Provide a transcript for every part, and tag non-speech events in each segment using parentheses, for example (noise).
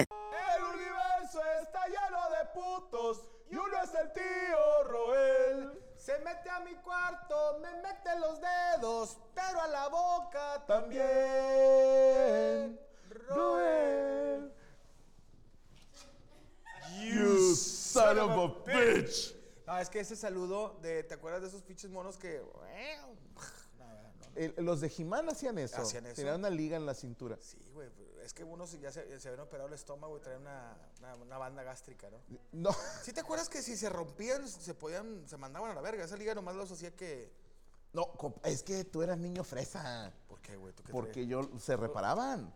El universo está lleno de putos y uno es el tío Roel. Se mete a mi cuarto, me mete los dedos, pero a la boca también. Roel. You son of a bitch. No, es que ese saludo de, ¿te acuerdas de esos pinches monos que... El- los de Jimán hacían eso. Hacían eso. Tenían una liga en la cintura. Sí, güey, pues, es que unos ya se, se habían operado el estómago y traían una, una, una banda gástrica, ¿no? No. (laughs) ¿Sí te acuerdas que si se rompían, se podían, se mandaban a la verga? Esa liga nomás los hacía que... No, comp- es que tú eras niño fresa. ¿Por qué, güey? ¿Tú qué Porque traías? yo se reparaban.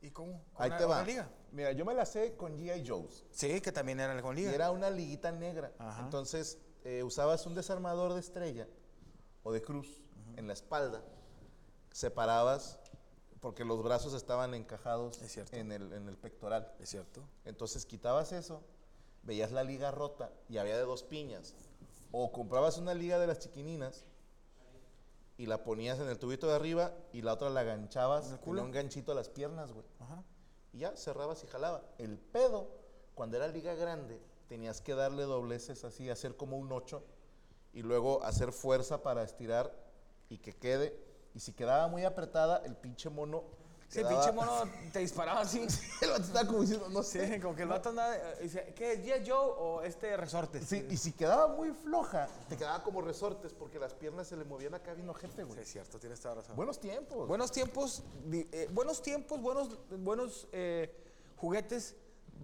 ¿Y cómo? ¿Con Ahí una- te va. una liga? Mira, yo me la sé con G.I. Joe's. Sí, que también eran con Y liga. era una liguita negra. Entonces, eh, usabas un desarmador de estrella o de cruz en la espalda. Separabas, porque los brazos estaban encajados Es cierto. en, el, en el pectoral. Es cierto. Entonces, quitabas eso, veías la liga rota y había de dos piñas. O comprabas una liga de las chiquininas y la ponías en el tubito de arriba y la otra la aganchabas con un ganchito a las piernas, güey. Y ya cerrabas y jalaba. El pedo, cuando era liga grande, tenías que darle dobleces así, hacer como un 8 y luego hacer fuerza para estirar y que quede. Y si quedaba muy apretada, el pinche mono. Sí, el quedaba- pinche mono te disparaba así. (laughs) el vato estaba como diciendo, no sé. Sí, (laughs) como que el vato andaba... eh, dice, ¿Qué es G.I. Joe o este resorte? Sí, y si quedaba muy floja, te quedaba como resortes porque las piernas se le movían acá bien ojete, Sí, güey. es cierto, tienes toda la razón. Buenos tiempos. Buenos tiempos, di- eh, buenos tiempos, buenos, buenos eh, juguetes,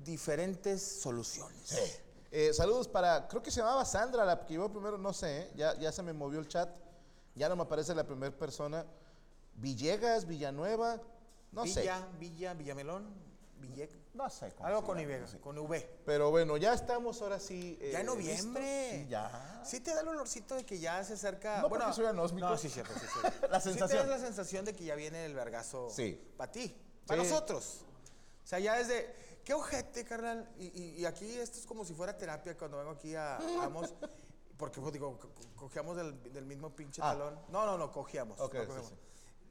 diferentes soluciones. Eh, saludos para, creo que se llamaba Sandra, la que iba primero, no sé, ¿eh? ya, ya se me movió el chat, ya no me aparece la primera persona. Villegas, Villanueva, no Villa, sé. Villa, Villamelón, Villec. No sé. cómo Algo se con llama, Y, no sé. con V. Pero bueno, ya estamos ahora sí. eh, Ya en listos. noviembre. Sí, ya. Sí te da el olorcito de que ya se acerca. No, porque soy anósmico. No, sí, cierto, (laughs) sí, cierto. La Sí sensación. te da la sensación de que ya viene el vergazo. Sí. Para ti, para Sí. nosotros. O sea, ya desde. Qué ojete, carnal. Y, y- y aquí esto es como si fuera terapia cuando vengo aquí a. Vamos, porque pues, digo, co- co- cojeamos del, del mismo pinche Ah. talón. No, no, no, cojeamos. Ok, no sí, cojeamos. sí.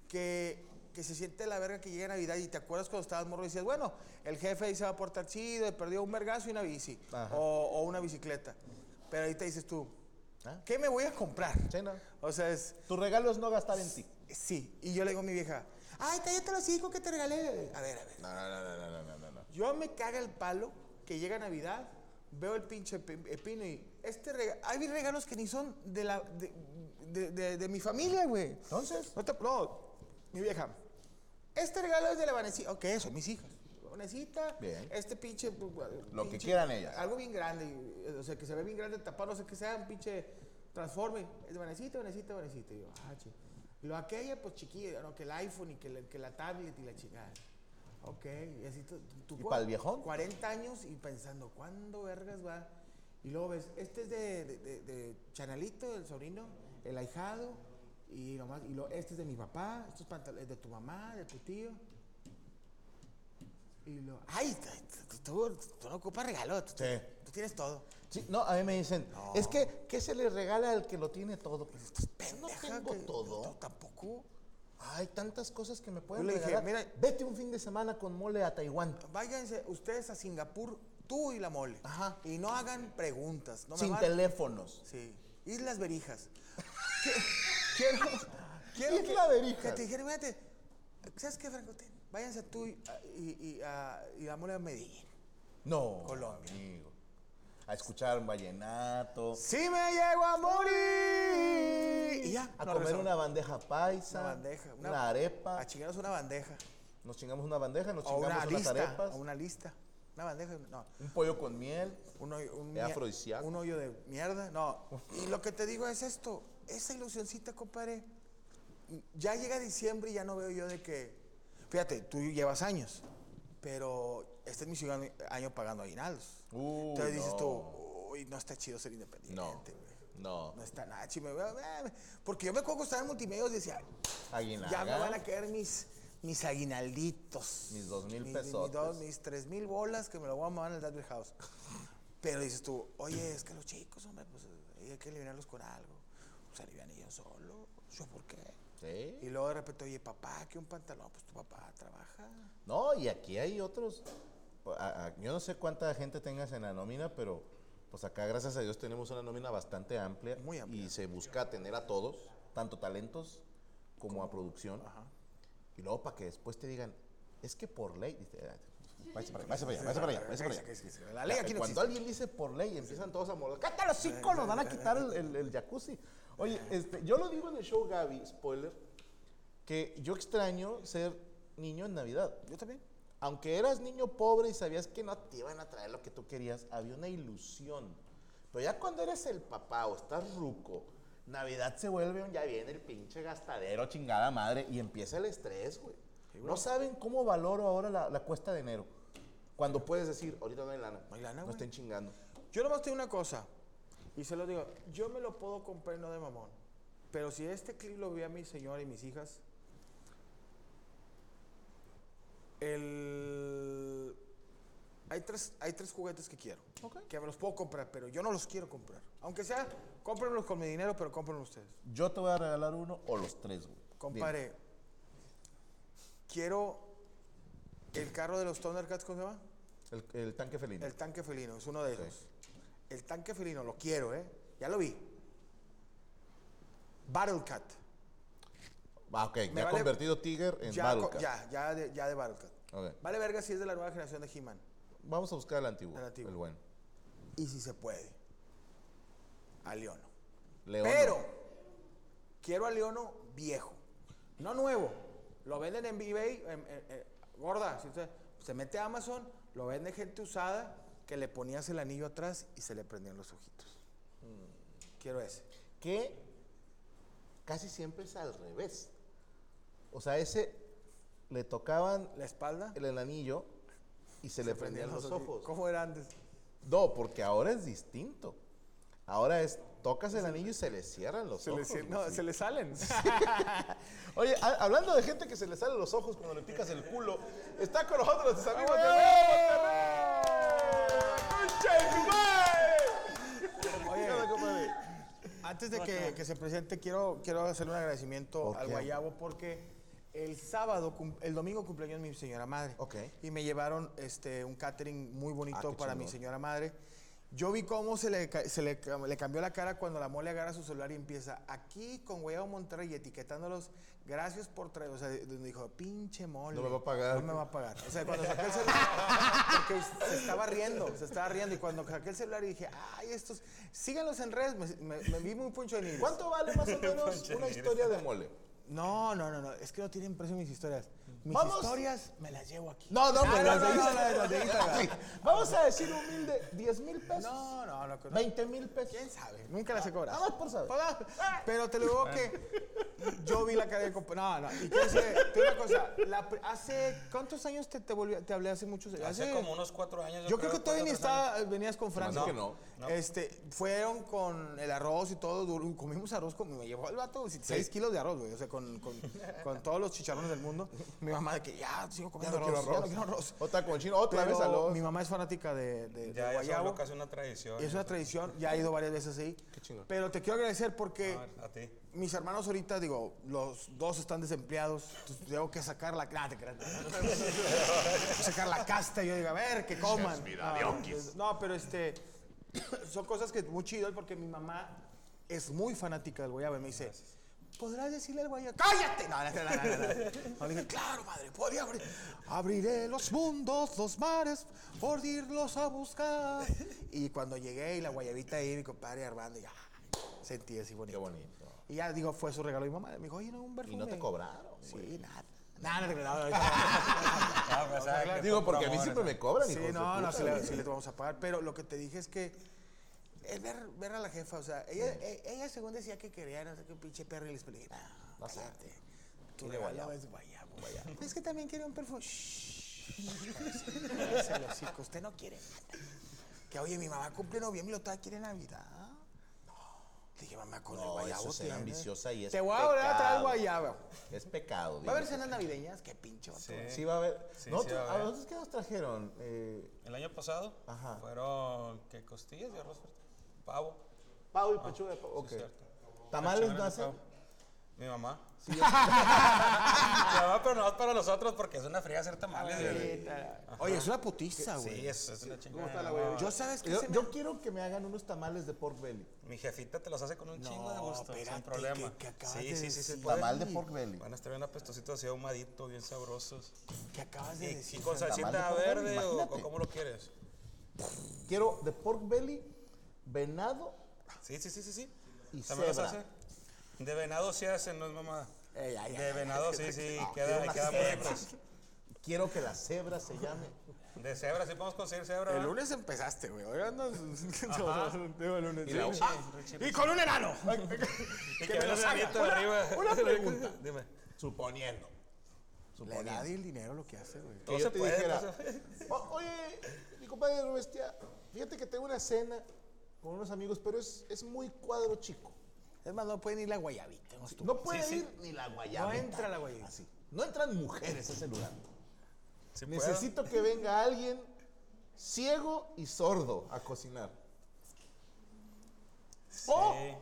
Que, que se siente la verga que llega Navidad y te acuerdas cuando estabas morro y decías, bueno, el jefe ahí se va a portar chido, y perdió un vergazo y una bici. Ajá. O, o una bicicleta. Pero ahí te dices tú, ¿Ah? ¿qué me voy a comprar? Sí, no. O sea, es. Tu regalo es no gastar en ti. Sí, y yo le digo a mi vieja, ay, cállate los hijos que te regalé. A ver, a ver. No, no, no, no, no, no, no, no. Yo me caga el palo que llega Navidad, veo el pinche pi- eh, pino y este regalo, hay regalos que ni son de la de, de- de- de mi familia, güey. Entonces. No, te- no, mi vieja, este regalo es de la Vanesita, ok, son mis hijas. Vanesita, Bien. este pinche... Lo que pinche- quieran ellas. Algo bien grande, y, eh, o sea, que se ve bien grande, tapado, no sé que sea un pinche transforme. Es de Vanesita, Vanesita, Vanesita. Y yo, ah, chi. Y Lo aquella, pues chiquilla, no, que el iPhone y que, la- que la tablet y la chingada. Ok, y así tú... tú- ¿Y pa'l viejón? 40 años y pensando, ¿cuándo vergas va? Y luego ves, este es de, de- de- de Chanalito, el sobrino, el ahijado, y nomás, y lo, este es de mi papá, estos pantalones de tu mamá, de tu tío. Y lo, ay, tú, tú- tú no ocupas regalo, tú, tú- Sí. tú tienes todo. Sí, no, a mí me dicen, es que, ¿qué se le regala al que lo tiene todo? Pues, yo no Pendeja, tengo que- no, todo. tampoco. Hay tantas cosas que me pueden Yo le dije, regalar. "Mira- Vete un fin de semana con mole a Taiwán. Váyanse ustedes a Singapur, tú y la mole. Ajá. Y no hagan preguntas. No me sin van- teléfonos. Sí. (laughs) Islas Berijas. Que- quiero. quiero que- Isla Berijas. Que te dijeran, fíjate, ¿sabes qué, Franco? Ten, Váyanse tú y, y, y, a- y la mole a Medellín. No. Colombia. amigo. A escuchar un vallenato. ¡Sí me llego a morir! Y A ya. nos comer regresamos. una bandeja paisa. Una bandeja. Una, arepa. A chingarnos una bandeja. Nos chingamos una bandeja, nos O chingamos una unas lista. arepas. O una lista. Una bandeja. No. Un pollo con miel. Un hoyo, un, Es mie- afrodisíaco. un hoyo de mierda. No. Y lo que te digo es esto. Esa ilusioncita, compadre. Ya llega diciembre y ya no veo yo de que. Fíjate, tú llevas años. Pero este es mi segundo año pagando aguinaldos. Uh, Entonces dices no. tú, uy, no está chido ser independiente. No. güey. No. No está nada chido. Me veo- eh, Porque yo me acuerdo que estaba en multimedia y decía, Aguinaga. ya me van a caer mis, mis aguinalditos. Mis dos mil Mi- mi- pesotes. Mis, dos- mis tres mil bolas que me lo voy a mamar en el Daddy House. Pero dices tú, oye, es que los chicos, hombre, pues eh, hay que aliviarlos con algo. Pues alivian ellos solo. ¿Yo por qué? Sí. Y luego de repente, oye, papá, que un pantalón, pues tu papá trabaja. No, y aquí hay otros. po- a- a- yo no sé cuánta gente tengas en la nómina, pero pues acá, gracias a Dios, tenemos una nómina bastante amplia. Muy amplia. Y se busca tener a todos, tanto talentos como a producción. Y luego para que después te digan, es que por ley. dice, "Ah, Váyase para allá, váyase para allá, váyase para allá, váyase para allá". Que sí, que sí, que sí. La ley aquí no Cuando existe. alguien dice por ley, empiezan todos a morder. ¡Cállate los cinco! Nos van a quitar el, el- el jacuzzi. Oye, este, yo lo digo en el show, Gaby, spoiler, que yo extraño ser niño en Navidad. Yo también. Aunque eras niño pobre y sabías que no te iban a traer lo que tú querías, había una ilusión. Pero ya cuando eres el papá o estás ruco, Navidad se vuelve un ya viene el pinche gastadero, chingada madre, y empieza el estrés, güey. No saben cómo valoro ahora la, la cuesta de enero. Cuando puedes decir, ahorita no hay lana. No hay lana, No güey. estén chingando. Yo nomás te digo una cosa, y se lo digo, yo me lo puedo comprar y no de mamón, pero si este clip lo ve a mi señora y mis hijas, el... hay, tres, hay tres juguetes que quiero, que me los puedo comprar, pero yo no los quiero comprar. Aunque sea, cómprenlos con mi dinero, pero cómprenlos ustedes. Yo te voy a regalar uno o los tres, güey. Compadre, quiero el carro de los Thundercats, ¿cómo se llama? Dime, El, el tanque felino. El tanque felino, es uno de esos. El tanque felino, lo quiero, ¿eh? Ya lo vi. Battle Cat. Ah, ok. Me Ya vale- convertido Tiger en ya, Battle co- Cat. ya, ya de, ya de Battle Cat. Ok. Vale verga si es de la nueva generación de He-Man. Vamos a buscar el antiguo. El antiguo. El bueno. Y si se puede. A Leono. León. Pero quiero a Leono viejo. No nuevo. Lo venden en eBay. en- en- en- gorda, si usted se mete a Amazon, lo vende gente usada que le ponías el anillo atrás y se le prendían los ojitos. Mm. Quiero ese. que casi siempre es al revés. O sea, ese le tocaban La espalda. el, el anillo y se, le prendían los ojitos. ojos. ¿Cómo era antes? No, porque ahora es distinto. Ahora es, tocas el anillo y se le cierran los Se ojos. le, cien- güey, no, sí. se le salen. Oye, ha- hablando de gente que se le salen los ojos cuando le picas el culo, está con nosotros nuestros amigos de Oye, Venga, compadre. antes de que, que se presente, quiero, quiero hacer un agradecimiento Ok. al Guayabo porque el sábado, cum- el domingo cumpleaños mi señora madre. Ok. Y me llevaron este, un catering muy bonito Ah, qué para mi chingón. señora madre. Yo vi cómo se, le, ca- se le, ca- le cambió la cara cuando la mole agarra su celular y empieza aquí con Guayabo Monterrey y etiquetándolos. Gracias por traer. O sea, de- de- dijo, pinche mole. No me va a pagar. No me va a pagar. O sea, cuando saqué el celular, porque se estaba riendo, se estaba riendo. Y cuando saqué el celular y dije, ay, estos, síganlos en redes, me, me- me vi muy puncho de niños. ¿Cuánto vale más o menos una historia de mole? No, no, no, no, es que no tienen precio mis historias. Mis Vamos. historias me las llevo aquí. Ah, No, no, pues, no, las de no, Instagram. no, las de Instagram. Sí. Vamos a decir humilde, 10 mil pesos. No, no, no. que no. 20 mil pesos. Ah, ¿Quién sabe? Nunca las he cobrado. Nada más por saber. Paga. Pero te lo digo que yo vi la cara de compa. No, no. Y quiero decir, te digo una cosa. la pr- hace, ¿cuántos años te, te volví- te hablé? Hace muchos años. Hace como unos cuatro años. Yo creo que todavía ni cuatro, tres estaba, venías con Franco. No, que no. No. Este, fueron con el arroz y todo, duro, comimos arroz, con, me llevó el vato 6 kilos de arroz, güey, o sea, con, con- con todos los chicharrones del mundo. Me mi mamá de que ya sigo Ya comiendo no quiero arroz, ya no arroz. quiero arroz. Otra con chino, otra Pero vez al mi mamá es fanática de, de, de Ya es guayabo. algo casi una tradición. Y es una tradición, ya he ido varias veces ahí. Qué chingón. Pero te quiero agradecer porque A ti. mis hermanos ahorita, digo, los dos están desempleados. entonces tengo que sacar la... Nah, te creas. sacar la casta y yo digo, a ver, que coman. Ah, entonces, no, pero este... son cosas que muy chido porque mi mamá es muy fanática del guayabo. Y me dice... ¿Podrás decirle al guayabo? ¡Cállate! No, no, no, no, no, no. Le dije, claro, madre, podría abrir. Abriré los mundos, los mares, por irlos a buscar. Y cuando llegué y la guayabita ahí, mi compadre Armando, ya sentí así bonito. Qué bonito. Y ya digo, fue su regalo de mi mamá. Me dijo, oye, no, un Y perfume. no te cobraron. Sí, nada. Nada, no te creas, (laughs) no, ahorita- Ah, pues, ¿sabes qué? Digo, porque a mí Amor, siempre ¿no? me cobran. Sí, hijos de no, no, puta, sí le, güey. sí le vamos a pagar. Pero lo que te dije es que es ver, ver a la jefa, o sea, ella, e- ella según decía que quería, no sé qué pinche perro, y les dije, no, cállate. Tu Quiere regalo guayabo. es guayabo. Es que también quiere (laughs) un perfume. Shh, cállese el hocico, usted no quiere nada. Que oye, mi mamá cumple noviembre y lo todavía quiere Navidad. Le Dije, mamá, con el No, guayabo eso es ser tiene". ambiciosa y es Te voy a volver a traer pecado. guayabo. Es pecado. ¿Va a haber digo. cenas navideñas? Qué pinche vato. Sí va a haber. Sí, No, sí va a ¿A haber. nosotros qué nos trajeron? Eh, El año pasado Ajá. fueron ¿qué, costillas de arroz, frito? pavo. Pau y pechuga de pavo. sí, Ok. cierto. ¿Tamales no Pechuga de hacen? pavo. Mi mamá. (laughs) Mi mamá, pero no es para nosotros porque es una fría hacer tamales. güey. Oye, es una putiza, Ah, güey. Sí, es, es una chingada. Yo sabes que Yo, se me- yo quiero que me hagan unos tamales de pork belly. Mi jefita te los hace con un chingo de No, gusto, espérate, sin problema. que- que acabas sí, de sí, sí, se decir. puede. Tamal de pork belly. Van a estar bien apestositos así ahumaditos, bien sabrosos. que acabas de Y, decir. y con tamal de salsita pork belly, verde o, imagínate. o cómo lo quieres. Quiero de pork belly, venado. Sí, sí, sí, sí, sí. Y También cebra. los hace. De venado sí hacen, no es mamada. Ey, ay, De ay, venado sí, (laughs) sí, queda, quiero una queda muy cebra. rico. Quiero que la cebra se llame. De cebra, sí podemos conseguir cebra. El ¿verdad? lunes empezaste, güey. Ahora (laughs) andas. Digo, el lunes. Y la- Sí. Ah, y con un (laughs) enano. Y que que me ven lo el saque. granito de Una- arriba. (laughs) una pregunta. Dime. Suponiendo. La Suponiendo. edad y el dinero lo que hace, güey. que Todo yo se te puede, dijera, todo se puede. "O- oye, mi compadre Rubestia, fíjate que tengo una cena con unos amigos, pero es, es muy cuadro chico. Es más, no pueden ir la guayabita. No, No puede Sí, sí. ir ni la guayaba. No entra la guayabita. Así. No entran mujeres a ese lugar. Sí puedo. Necesito que venga alguien ciego y sordo a cocinar. O, Sí.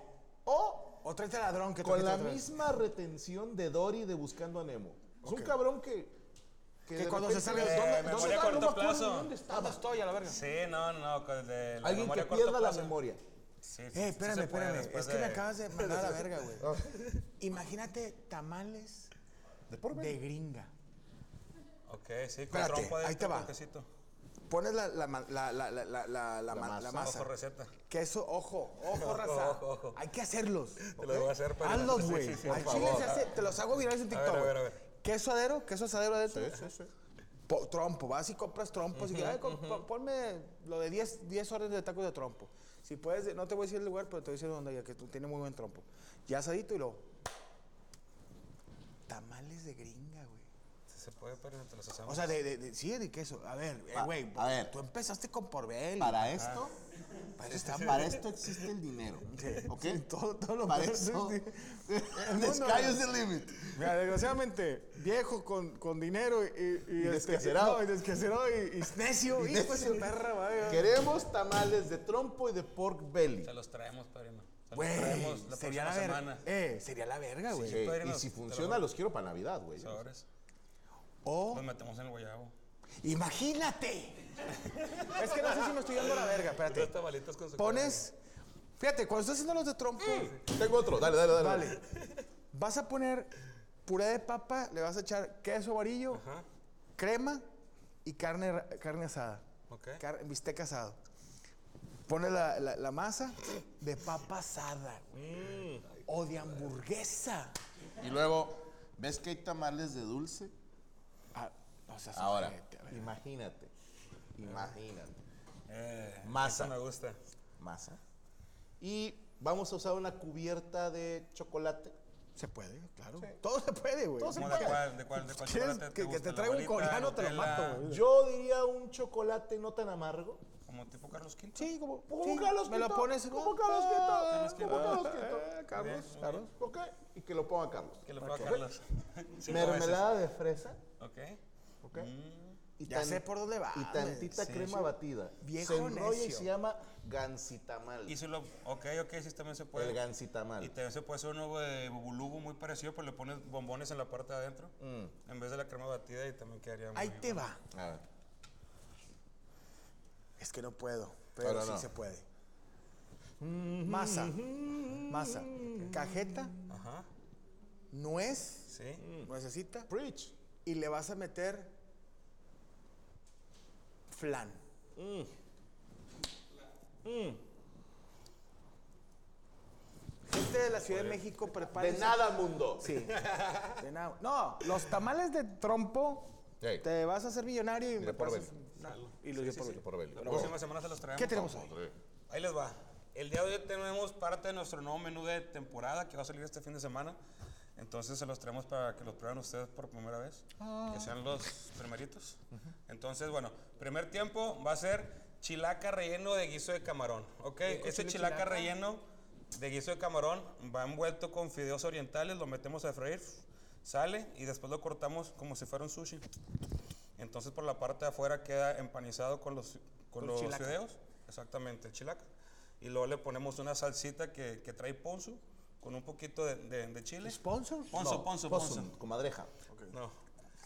o este O tráete al ladrón que con trajiste la otra vez. misma retención de Dory de Buscando a Nemo. Es un cabrón que... Que cuando se sale salga, ¿dónde- Eh, dónde está? No memoria a me acuerdo corto ni plazo. dónde está. ¿Dónde estoy a la verga? Sí, no, no. con el de la Alguien que memoria a corto pierda la plazo. memoria. Sí, sí, Eh, sí se espérame, puede espérame. después Es que me de- acabas de mandar a la verga, güey. (laughs) Imagínate tamales De por de gringa. Ok, sí, con Espérate, trompo este ahí adentro, te va. con quesito. Pones la, la, ma- la, la, la, la, la, la ma- masa. la Vamos masa. con receta. Queso, ojo, ojo, raza. (laughs) ojo, ojo. Hay que hacerlos. Te los voy a hacer para- Hazlos, Sí, güey. sí, sí, Al por chile favor. se hace- te los hago virales en A ver, TikTok. a ver, güey. a ver. Queso adero, queso asadero adentro. Sí, sí, sí. trompo, vas y compras trompo. si quieres, co- po- ponme lo de 10, 10 órdenes de tacos de trompo. Si puedes, no te voy a decir el lugar, pero te voy a decir dónde, ya que tú tienes muy buen trompo. Ya asadito y luego. Tamales de gringa, güey. Sí se puede, pero te los hacemos. O sea, de, de, de- sí, de queso. A ver, eh, Pa- güey, a ver. tú empezaste con Porbel. Para esto, Para está- esta para esto existe el dinero. ¿Ok? todo- todo lo para malo eso, (laughs) existe. the mundo- sky is the limit. Mira, desgraciadamente, viejo con, con dinero y, y, y, este, desquacerado. no, y desquacerado y, y necio. Y pues su perra, vaya. Queremos tamales de trompo y de pork belly. Te los traemos, padrino. Te los Güey, traemos la sería la próxima verga. semana. Eh, sería la verga, güey. Eh, y padrino, si te lo funciona, los quiero para Navidad, güey. Sobres. O, Los metemos en el guayabo. imagínate. es que no sé si me estoy dando la verga, espérate. Dos tamalitos con su Pones, fíjate, cuando estás haciendo los de trompo, Tengo otro, dale, dale, dale. vale, (laughs) vas a poner puré de papa, le vas a echar queso amarillo, Ajá. crema y carne, ra- carne asada. Ok. Car- bistec asado. Pone la, la- la masa de papa asada güey. o de hamburguesa. Y luego, ¿ves que hay tamales de dulce? Ah, o sea, Ahora, sujete, a ver. imagínate. Imagínate. Eh, Masa. eso me gusta. Masa. Y vamos a usar una cubierta de chocolate. Se puede, claro. Todo se puede, güey. Todo se ¿Cómo puede. de cuál? ¿De cuál? ¿De cuál ¿Quieres chocolate que, que gusta? te ¿La traiga un bolita, coreano? Te lo Nutella? mato, güey. Yo diría un chocolate no tan amargo. Como tipo Carlos V. Sí, como, Como sí, Carlos Me lo Quintón, pones. Ah, Como Carlos Quintón. Quintón. Como Carlos Quintón. Eh, Carlos, bien, muy Carlos. Ok, y que lo ponga Carlos. (laughs) Que le puedo a Carlos. Cinco veces. Mermelada de fresa. Ok. ¿ok? Mm. Y Ya sé por dónde va, Y tantita sí. crema batida. Viejo se enrolla y necio. se llama gansitamal. Y si lo. Ok, ok, sí, también se puede. El gansitamal. Y también se puede hacer uno de bubulubu muy parecido, pues le pones bombones en la parte de adentro. Mm, En vez de la crema batida y también quedaría muy Ahí te bueno. va. a ver. Es que no puedo, pero Ahora sí no. se puede. Masa, masa, cajeta, Ajá, nuez, sí. nuececita, Preach. y le vas a meter flan. Mm. Gente de la Ciudad de México prepara. De nada, mundo. Sí. De nada. No, los tamales de trompo. Ey. Te vas a hacer millonario y me por pasas. Beli. una- Y lo dio por Beli. Por Beli. La próxima semana se los traemos. ¿Qué tenemos hoy? Ahí les va. El día de hoy tenemos parte de nuestro nuevo menú de temporada que va a salir este fin de semana. Entonces se los traemos para que los prueben ustedes por primera vez. Que sean los primeritos. Entonces, bueno, primer tiempo va a ser chilaca relleno de guiso de camarón. ¿Ok? Ese chilaca, relleno de guiso de camarón va envuelto con fideos orientales, lo metemos a freír, sale y después lo cortamos como si fuera un sushi. Entonces por la parte de afuera queda empanizado con los, con los chilaca. fideos. Exactamente, el chilaca. Y luego le ponemos una salsita que, que trae ponzu con un poquito de, de- de chile. ¿Sponsors? Ponzu, ponzu, ponzu. Comadreja. No.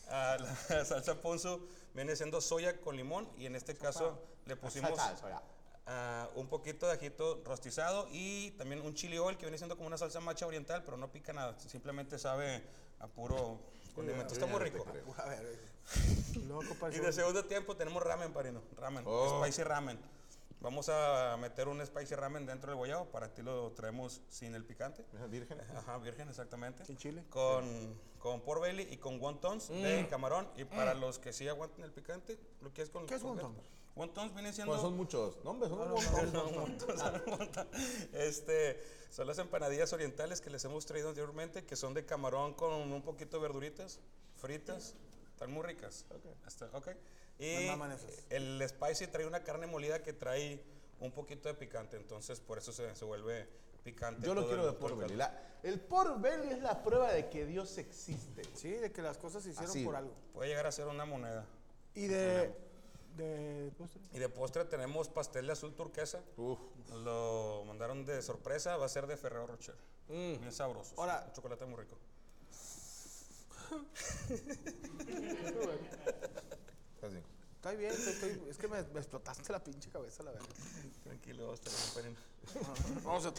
Ah, la (laughs) salsa ponzu viene siendo soya con limón y en este caso le pusimos Salsa de soya. ah, un poquito de ajito rostizado y también un chili oil que viene siendo como una salsa macha oriental, pero no pica nada, simplemente sabe a puro condimento. Está muy rico. A ver, (laughs) no, compadre. Y de segundo tiempo tenemos ramen, parino. Ramen, Oh. spicy ramen. Vamos a meter un spicy ramen dentro del guayabo. Para ti lo traemos sin el picante. Virgen. Ajá, virgen, exactamente. ¿En chile? Mm. Con, con pork belly y con wontons de camarón. Y para los que sí aguantan el picante, lo que es con... ¿Qué es con- wontons? Wontons viene siendo... Pues son muchos. No, hombre, son un montón. Ah. Este, son las empanadillas orientales que les hemos traído anteriormente, que son de camarón con un poquito de verduritas fritas. Están muy ricas. Está- ok. Y Me maman esas. el spicy trae una carne molida que trae un poquito de picante, entonces por eso se, se vuelve picante. Yo lo todo quiero el- de todo el por Beli. caldo. La- el por Beli es la prueba de que Dios existe. Sí, de que las cosas se hicieron Así. por algo. Puede llegar a ser una moneda. Y de. de pues, postre. Y de postre tenemos pastel de azul turquesa. Uf. Nos Lo mandaron de sorpresa, va a ser de Ferrero Rocher. Mm. Bien sabroso. Ahora- Un chocolate muy rico. Así. Estoy bien, estoy, estoy- es que me, me explotaste la pinche cabeza, la verdad. Tranquilo, hasta la esperen. Vamos a. Ok,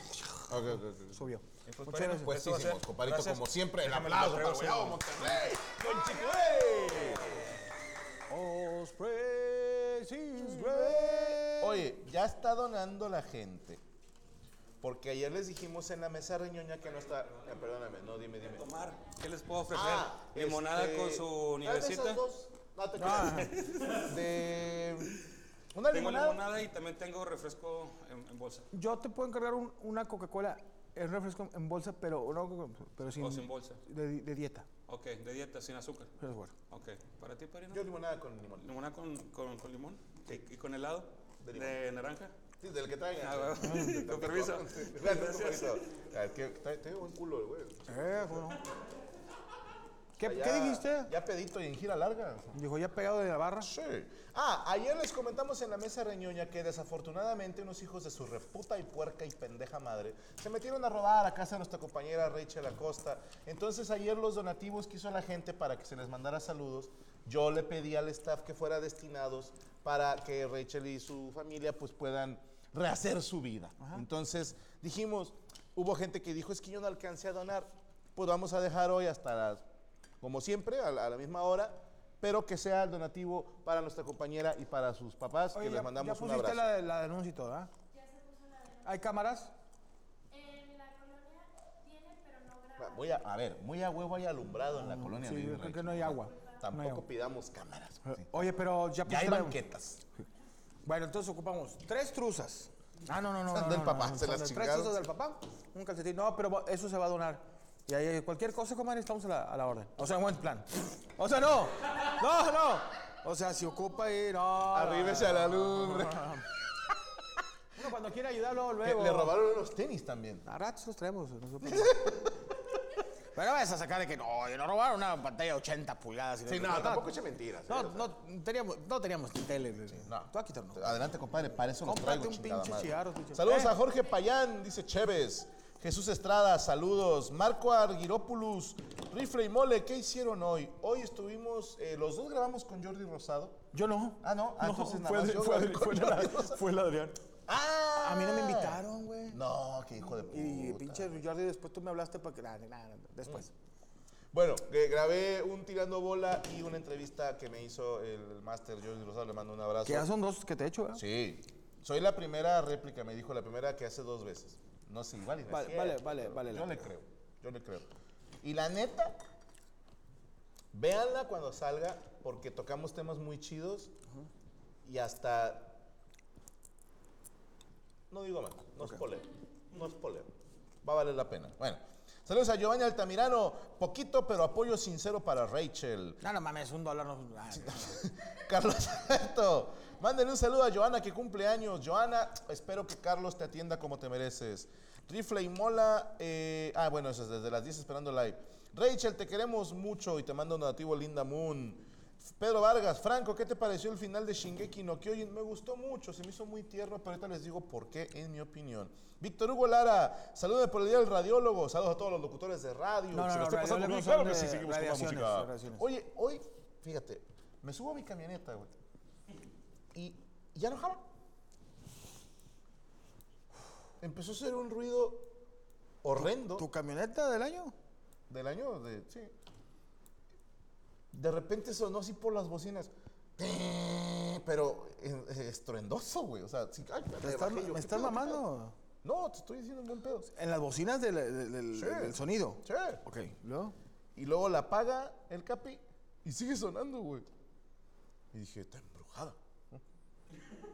ok, ok. Subió. Y pues, Muchas gracias. Pues esto va hicimos, a ser- compadrito, gracias. como siempre, el Déjame lo aplauso traigo para Guayabo así. Monterrey. Con Chicoé. Os praise is great. Oye, ya está donando la gente. Porque ayer les dijimos en la mesa reñoña que no está. eh, perdóname, no, dime, dime. Tomar, ¿Qué les puedo ofrecer? Ah, Limonada este, con su tráeme esas nievecita. dos. No te creas. (laughs) De. Una Tengo limonada. limonada y también tengo refresco en, en bolsa. Yo te puedo encargar un- una Coca-Cola, es refresco en bolsa, pero, no, Coca- pero sin, O sin bolsa. De, di- de dieta. Ok, de dieta, sin azúcar. Pero es bueno. Ok, ¿para ti, Parino? Yo limonada con limón. ¿Limonada con, con, con limón? ¿Y, y con helado? ¿De, naranja? Sí, del que traigan. (laughs) Ah, (laughs) va. con permiso. Gracias, permiso. Ah, es que trae- trae buen culo, el güey. Eh, bueno. ¿Qué, Pues Ya- qué dijiste? Ya pedito y en gira larga. Dijo, ya pegado de la barra. Sí. Ah, ayer les comentamos en la mesa reñoña que desafortunadamente unos hijos de su reputa y puerca y pendeja madre se metieron a robar a casa de nuestra compañera Rachel Acosta. Entonces ayer los donativos que hizo la gente para que se les mandara saludos, yo le pedí al staff que fuera destinados para que Rachel y su familia pues puedan rehacer su vida. Entonces dijimos, hubo gente que dijo, es que yo no alcancé a donar, pues vamos a dejar hoy hasta las como siempre, a la, a la misma hora, pero que sea el donativo para nuestra compañera y para sus papás, Oye, que ya, les mandamos ya un pusiste abrazo. la, la denuncia y todo, ¿ah? ¿Hay cámaras? En la colonia tiene, pero no graba. Ah, Voy a, a ver, muy a huevo hay alumbrado en la colonia. Mm, sí, vive yo creo que Rachel. no hay agua. Tampoco No hay agua. Ah, oh, pidamos cámaras. sí. Oye, pero ya Ya hay pusiste la- banquetas. Bueno, entonces ocupamos tres truzas. Ah, no, no, no. Son no, del no, papá, no, se son las de- Tres chingaron. truzas del papá, un calcetín. No, pero va- eso se va a donar. Y ahí, cualquier cosa, comadre, estamos a la, a la orden. O sea, en buen plan. O sea, no. No, no. O sea, si ocupa ah. y no. Arríbese a la lumbre. Ah. Uno cuando quiera ayudarlo, Que luego. Le robaron los tenis también. A ratos los traemos. no se preocupe. Pero vas a sacar de que no, yo no robaron una pantalla de 80 pulgadas. y Sí, no, tampoco eche mentiras. ¿eh? No, O sea, no teníamos, no teníamos ni tele. no. Tú aquí no. Adelante, compadre, para eso los Cómprate traigo, un chingada pinche madre. cigarro, pinche- Saludos Eh. a Jorge Payán, dice Chévez. Jesús Estrada, saludos. Marco Argiropoulos, Rifle y Mole, ¿qué hicieron hoy? Hoy estuvimos, eh, los dos grabamos con Jordi Rosado. Yo no. Ah, no, ah, entonces nada fue, más el- yo fue, grabé el- con fue la- Jordi (laughs) Rosado. fue el Adrián. ¡Ah! A mí no me invitaron, güey. No, qué hijo de puta. Mm. Y pinche Jordi, después tú me hablaste para que. Nada, nada, nada, después. Bueno, que grabé un tirando bola y una entrevista que me hizo el máster Jordi Rosado, le mando un abrazo. Que ya son dos que te he hecho, ¿verdad? Sí. Soy la primera réplica, me dijo, la primera que hace dos veces. No sé, igual y no es Vale, cierto, vale, vale, pero vale la Yo le creo, yo le creo. Y la neta, véanla cuando salga, porque tocamos temas muy chidos y hasta... No digo más, no es poleo, no es poleo. Va a valer la pena. Bueno, saludos a Giovanni Altamirano. Poquito, pero apoyo sincero para Rachel. No, no mames, un dólar no. (laughs) ah, Carlos Alberto, mándenle un saludo a Joana que cumple años. Joana, espero que Carlos te atienda como te mereces. Rifle y Mola, eh, ah, bueno, eso es desde las 10 esperando live. Rachel, te queremos mucho y te mando un nativo Linda Moon. Pedro Vargas, Franco, ¿qué te pareció el final de Shingeki no Kyojin? Me gustó mucho, se me hizo muy tierno, pero ahorita les digo por qué, en mi opinión. Víctor Hugo Lara, saludos por el Día del Radiólogo, saludos a todos los locutores de radio. No, no, Se la no, estoy pasando radiólogos bien, son claro que de sí, seguimos con la radiaciones, música. radiaciones. Oye, hoy, fíjate, me subo a mi camioneta, güey. Y ya no jala. Empezó a hacer un ruido horrendo ¿Tu camioneta del año? del año de. Sí. De repente sonó así por las bocinas. Pero eh, eh, estruendoso, güey. O sea, sí, ay, ¿Me le estás, bajé yo, me ¿qué estás pedo, qué mamando? pedo? No, te estoy diciendo un buen pedo. En las bocinas del, del- del- Sí. del sonido. Sí. Ok, luego. Y luego la apaga el capi y sigue sonando, güey. Y dije, está embrujada.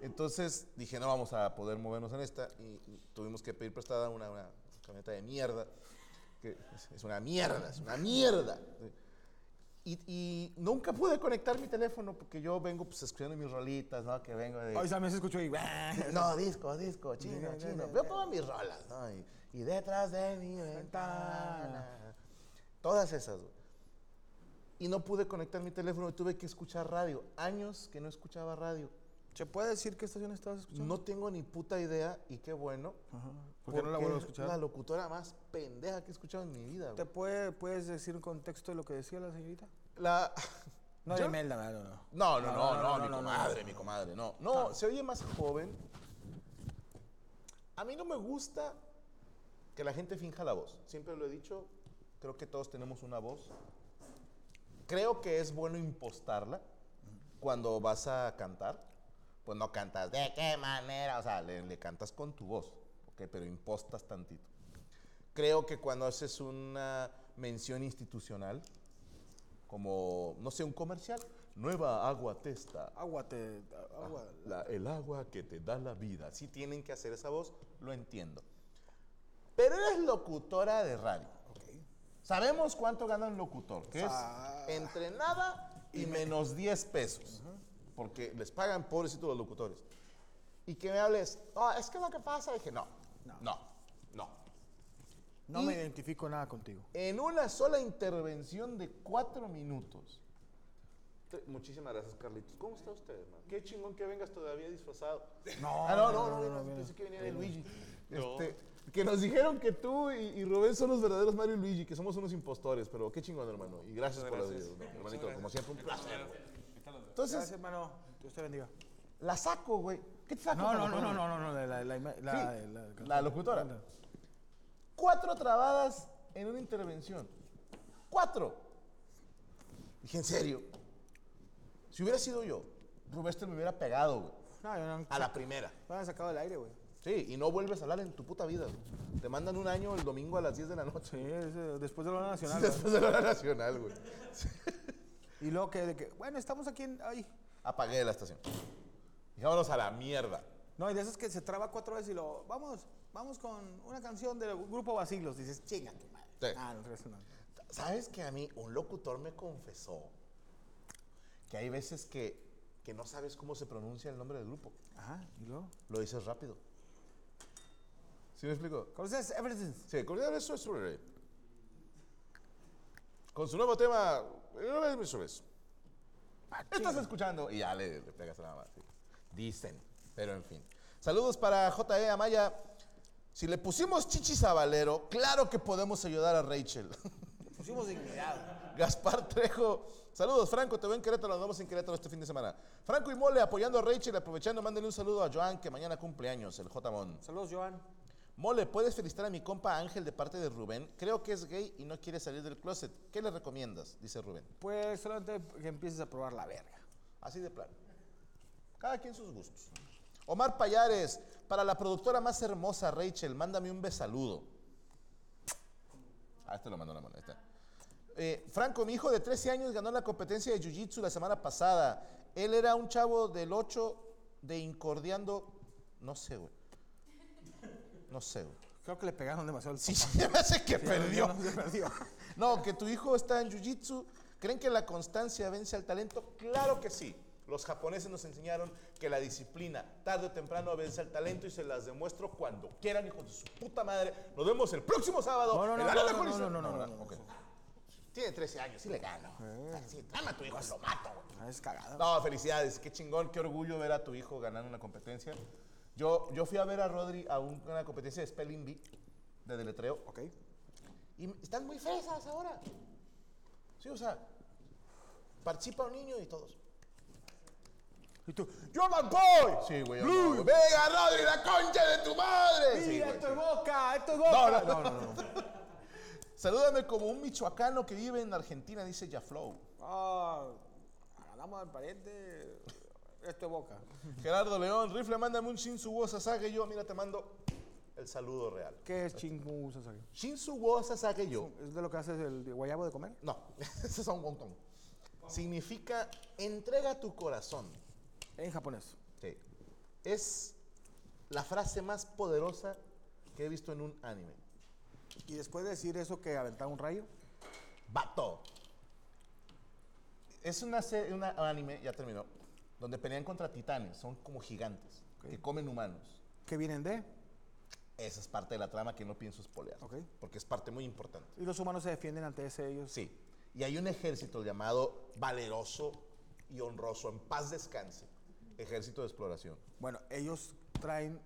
Entonces dije, no vamos a poder movernos en esta. Y, y tuvimos que pedir prestada una, una camioneta de mierda. Que es- es una mierda, es una mierda. Y, y nunca pude conectar mi teléfono porque yo vengo pues escuchando mis rolitas, ¿no? Que vengo de... Hoy también se escuchó ahí. (laughs) No, disco, disco, chino, chino. Yo pongo mis rolas, ¿no? Y, y detrás de mi ventana. Todas esas, güey. Y no pude conectar mi teléfono, tuve que escuchar radio. Años que no escuchaba radio. ¿Se puede decir qué estación estabas escuchando? No tengo ni puta idea y qué bueno. ¿Por qué no la vuelvo porque a es escuchar? La locutora más pendeja que he escuchado en mi vida, ¿Te güey. puede, puedes decir un contexto de lo que decía la señorita? La... (laughs) No, Yo- de Imelda, ¿verdad? no, No, no. no, no, no, no, no, mi no, comadre, mi comadre, no. No, se oye más joven. A mí no me gusta que la gente finja la voz. Siempre lo he dicho, creo que todos tenemos una voz. Creo que es bueno impostarla cuando vas a cantar. Pues no cantas de qué manera, o sea, le, le cantas con tu voz, ¿ok? pero impostas tantito. Creo que cuando haces una mención institucional, como, no sé, un comercial. Nueva agua testa. Agua, te. Agua. la- el agua que te da la vida. Si tienen que hacer esa voz, lo entiendo. Pero eres locutora de radio. Sabemos cuánto gana un locutor, que es entre nada Ah. y menos 10 pesos. Porque les pagan pobrecitos los locutores. Y que me hables, "Ah, es que es lo que pasa. Dije, no, no, no. No Y- me identifico nada contigo. En una sola intervención de cuatro minutos. Te- Muchísimas gracias, Carlitos. ¿Cómo está usted, hermano? Qué chingón que vengas todavía disfrazado. No, (laughs) Ah, no, no, no, no, pensé que venía de Luigi. Este, que nos dijeron que tú y, y Rubén son los verdaderos Mario y Luigi, que somos unos impostores, pero qué chingón, hermano. Y gracias, por los videos, hermanito. Como siempre, un placer. Entonces, Gracias, hermano. Dios te bendiga. la saco, güey. ¿Qué te saco? No, no, mano? Ah, no, no, no, no, no, la, la, la, ima- la, Sí, la- la locutora. Cuatro trabadas en una intervención. Cuatro. Dije, en serio. Si hubiera sido yo, Rubén me hubiera pegado, güey. No, yo no. A la primera. Me han sacado del aire, güey. Sí, y no vuelves a hablar en tu puta vida. güey. Te mandan un año el domingo a las 10 de la Sí, noche. es, eh, después de la hora nacional. (laughs) güey. (laughs) Después de la hora nacional, güey. Y luego que, de que, bueno, estamos aquí en. Ay. Apagué la estación. Dije, vámonos a la mierda. No, y de esas que se traba cuatro veces y lo. Vamos, vamos con una canción del grupo Basilos. Dices, chinga tu madre. Sí. Ah, no, eso no. ¿Sabes que a mí un locutor me confesó que hay veces que, que no sabes cómo se pronuncia el nombre del grupo? Ajá, y luego. Lo dices rápido. ¿Sí me explico? ¿Conoces Everything? Sí, con eso es Con su nuevo tema, una vez mis sueles. Estás escuchando. Y ya le, le pegas nada más. sí. Dicen, pero en fin. Saludos para J.E. Amaya. Si le pusimos chichis a Valero, claro que podemos ayudar a Rachel. (laughs) Pusimos dignidad. Gaspar Trejo. Saludos, Franco. Te veo en Querétaro. Nos vemos en Querétaro este fin de semana. Franco y Mole apoyando a Rachel. Aprovechando, mándenle un saludo a Joan, que mañana cumpleaños, el J-Mon. Saludos, Joan. Mole, ¿puedes felicitar a mi compa Ángel de parte de Rubén? Creo que es gay y no quiere salir del closet. ¿Qué le recomiendas? Dice Rubén. Pues solamente que empieces a probar la verga. Así de plano. Cada quien sus gustos. Omar Payares, para la productora más hermosa, Rachel, mándame un besaludo. Ah, este lo mandó la mano, ahí está. Eh, Franco, mi hijo de 13 años ganó la competencia de Jiu-Jitsu la semana pasada. Él era un chavo del 8 de Incordiando... No sé, güey. No sé, güey. (laughs) Creo que le pegaron demasiado el Sí, se me hace que perdió. No, se perdió. No, que tu hijo está en jiu-jitsu. ¿Creen que la constancia vence al talento? Claro que sí. Los japoneses nos enseñaron que la disciplina tarde o temprano vence al talento y se las demuestro cuando quieran, hijos de su puta madre. Nos vemos el próximo sábado. No, no, en la no, no, Arena no, no, Coliseo. no, no, no, no, ok. Tiene 13 años, sí le gano. Sí, dame a tu hijo, lo mato. güey. Ah, Es cagada. No, felicidades, qué chingón, qué orgullo ver a tu hijo ganar una competencia. Yo, yo fui a ver a Rodri a un- una competencia de Spelling Bee, de deletreo. Ok. Y m- están muy fresas ahora. Sí, o sea, participa un niño y todos. Y tú, ¡Yo me voy! Sí, güey. yo no, güey. ¡Venga, Rodri, la concha de tu madre! Sí, Mira, güey. esto es boca, esto es boca. No, no, (laughs) Salúdame como un michoacano que vive en Argentina, dice Yaflow. Ah, agarramos al pariente. Esto es boca. Gerardo León, rifle, mándame un Shinsu Wo Sasage yo. Mira, te mando el saludo real. ¿Qué es chingus aquí? Shinsu Wo Sasage yo. ¿Es de lo que haces el guayabo de comer? No, (laughs) ese es un wonton. Significa entrega tu corazón. En japonés. Sí. Es la frase más poderosa que he visto en un anime. Y después de decir eso que aventar un rayo, Bato. Es una se- una- un anime, ya terminó, donde pelean contra titanes, son como gigantes, que comen humanos. que vienen de. Esa es parte de la trama que no pienso espolear, Ok. porque es parte muy importante. Y los humanos se defienden ante ese ellos. Sí, y hay un ejército llamado Valeroso y Honroso, en paz descanse, ejército de exploración. Bueno, ellos traen.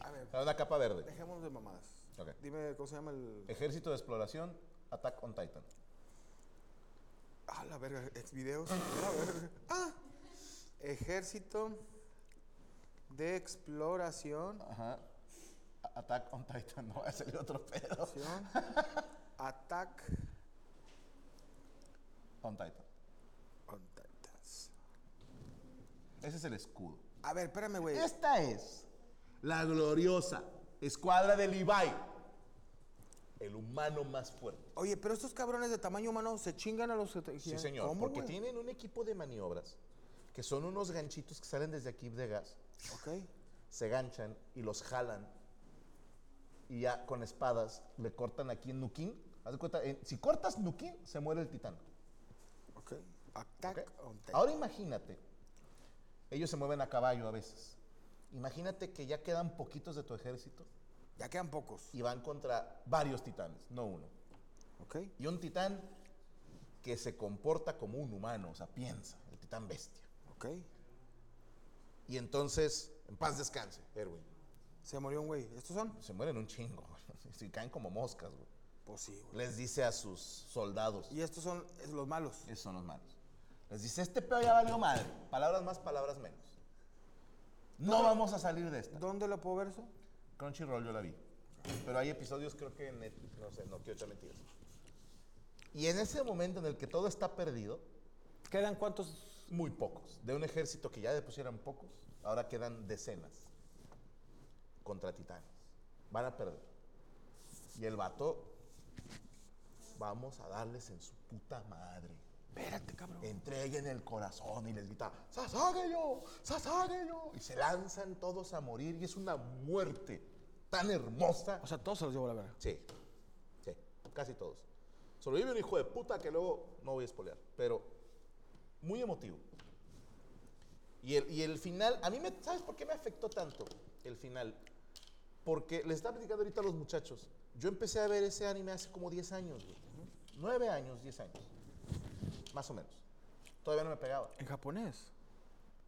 A ver, Trae Una capa verde. dejémonos de mamadas. Ok. Dime cómo se llama el. Ejército de exploración, Attack on Titan. Ah, la verga, exvideos. La verga. Ah, ejército de exploración. Ajá. A- Attack on Titan, (laughs) no, es el otro pedo. acción, Attack On Titan. on Titans. Ese es el escudo. A ver, espérame, güey. Esta es la gloriosa escuadra de Levi. El humano más fuerte. Oye, pero estos cabrones de tamaño humano se chingan a los que te- Sí, señor. ¿Cómo, porque güey? tienen un equipo de maniobras que son unos ganchitos que salen desde aquí de gas. Ok. se ganchan y los jalan y ya con espadas le cortan aquí en Nukin. Haz de cuenta, eh, si cortas Nukin, se muere el titán. Ok. Attack ¿ok? on Titan. Ahora imagínate, ellos se mueven a caballo a veces. Imagínate que ya quedan poquitos de tu ejército Ya quedan pocos. y van contra varios titanes, no uno. Ok. Y un titán que se comporta como un humano, o sea, piensa, el titán bestia. Ok. Y entonces, en paz descanse, Erwin. Se murió un güey. ¿Estos son? Se mueren un chingo, (laughs) si caen como moscas, güey. Pues sí, güey. les dice a sus soldados, Y estos son es, los malos. esos son los malos, les dice, este pedo ya valió madre, palabras más, palabras menos. No vamos a salir de esta. ¿Dónde lo puedo ver eso? Crunchyroll yo la vi, pero hay episodios creo que en Netflix, no sé, no quiero echar mentiras. Y en ese momento en el que todo está perdido, ¿Quedan cuántos? muy pocos, de un ejército que ya de por sí eran pocos, ahora quedan decenas contra titanes. Van a perder. Y el vato, vamos a darles en su puta madre. Espérate, cabrón. entreguen el corazón y les grita, ¡Sasage yo! ¡Sasage yo! Y se lanzan todos a morir y es una muerte tan hermosa. O sea, todos se los llevo a la verga. Sí, sí, casi todos. Sobrevive un hijo de puta que luego no voy a espolear, pero muy emotivo. Y el, y el final, a mí me, ¿sabes por qué me afectó tanto el final? Porque les estaba platicando ahorita a los muchachos. Yo empecé a ver ese anime hace como 10 años, güey. Nueve años, diez años. Más o menos. Todavía no me pegaba, ¿En japonés?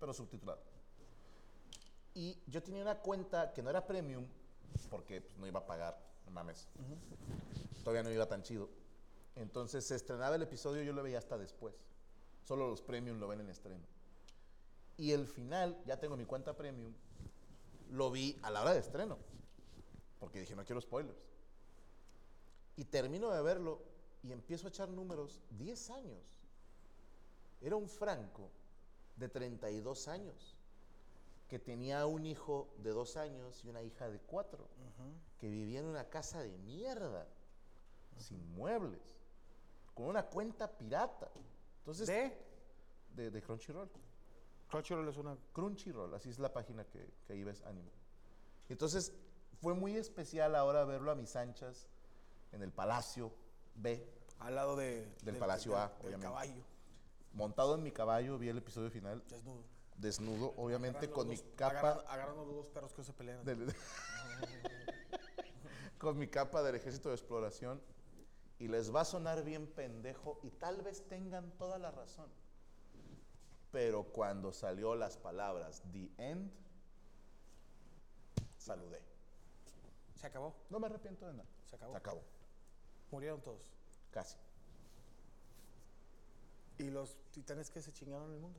pero subtitulado. Y yo tenía una cuenta que no era premium, porque pues, no iba a pagar, no mames. Todavía no iba tan chido. Entonces se estrenaba el episodio y yo lo veía hasta después. Solo los premium lo ven en estreno. Y el final, ya tengo mi cuenta premium, lo vi a la hora de estreno. Porque dije, no quiero spoilers. Y termino de verlo y empiezo a echar números 10 años. Era un Franco de 32 años que tenía un hijo de dos años y una hija de cuatro, que vivía en una casa de mierda, sin muebles, con una cuenta pirata. Entonces, ¿De? de, de Crunchyroll. Crunchyroll es una... Crunchyroll, así es la página que, que ahí ves anime. Entonces, fue muy especial ahora verlo a mis anchas en el Palacio B, Al lado de... Del, Palacio A, del obviamente. caballo, montado en mi caballo, vi el episodio final, desnudo. desnudo, obviamente Agarrando con mi dos- capa Agarrando, agarrando los dos perros que se pelean. del- (laughs) con mi capa del ejército de exploración y les va a sonar bien pendejo y tal vez tengan toda la razón. Pero cuando salió las palabras the end, saludé. Se acabó, No me arrepiento de nada. se acabó. Se acabó. Murieron todos. Casi. ¿Y los titanes que se chingaron el mundo?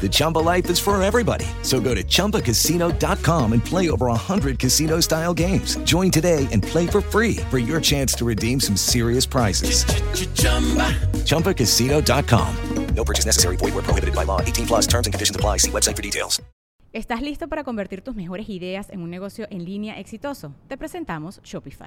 The Chumba life is for everybody. So go to ChumbaCasino.com and play over 100 casino style games. Join today and play for free for your chance to redeem some serious prizes. ChumbaCasino.com. No purchase necessary. Void where prohibited by law. 18 plus terms and conditions apply. See website for details. ¿Estás listo para convertir tus mejores ideas en un negocio en línea exitoso? Te presentamos Shopify.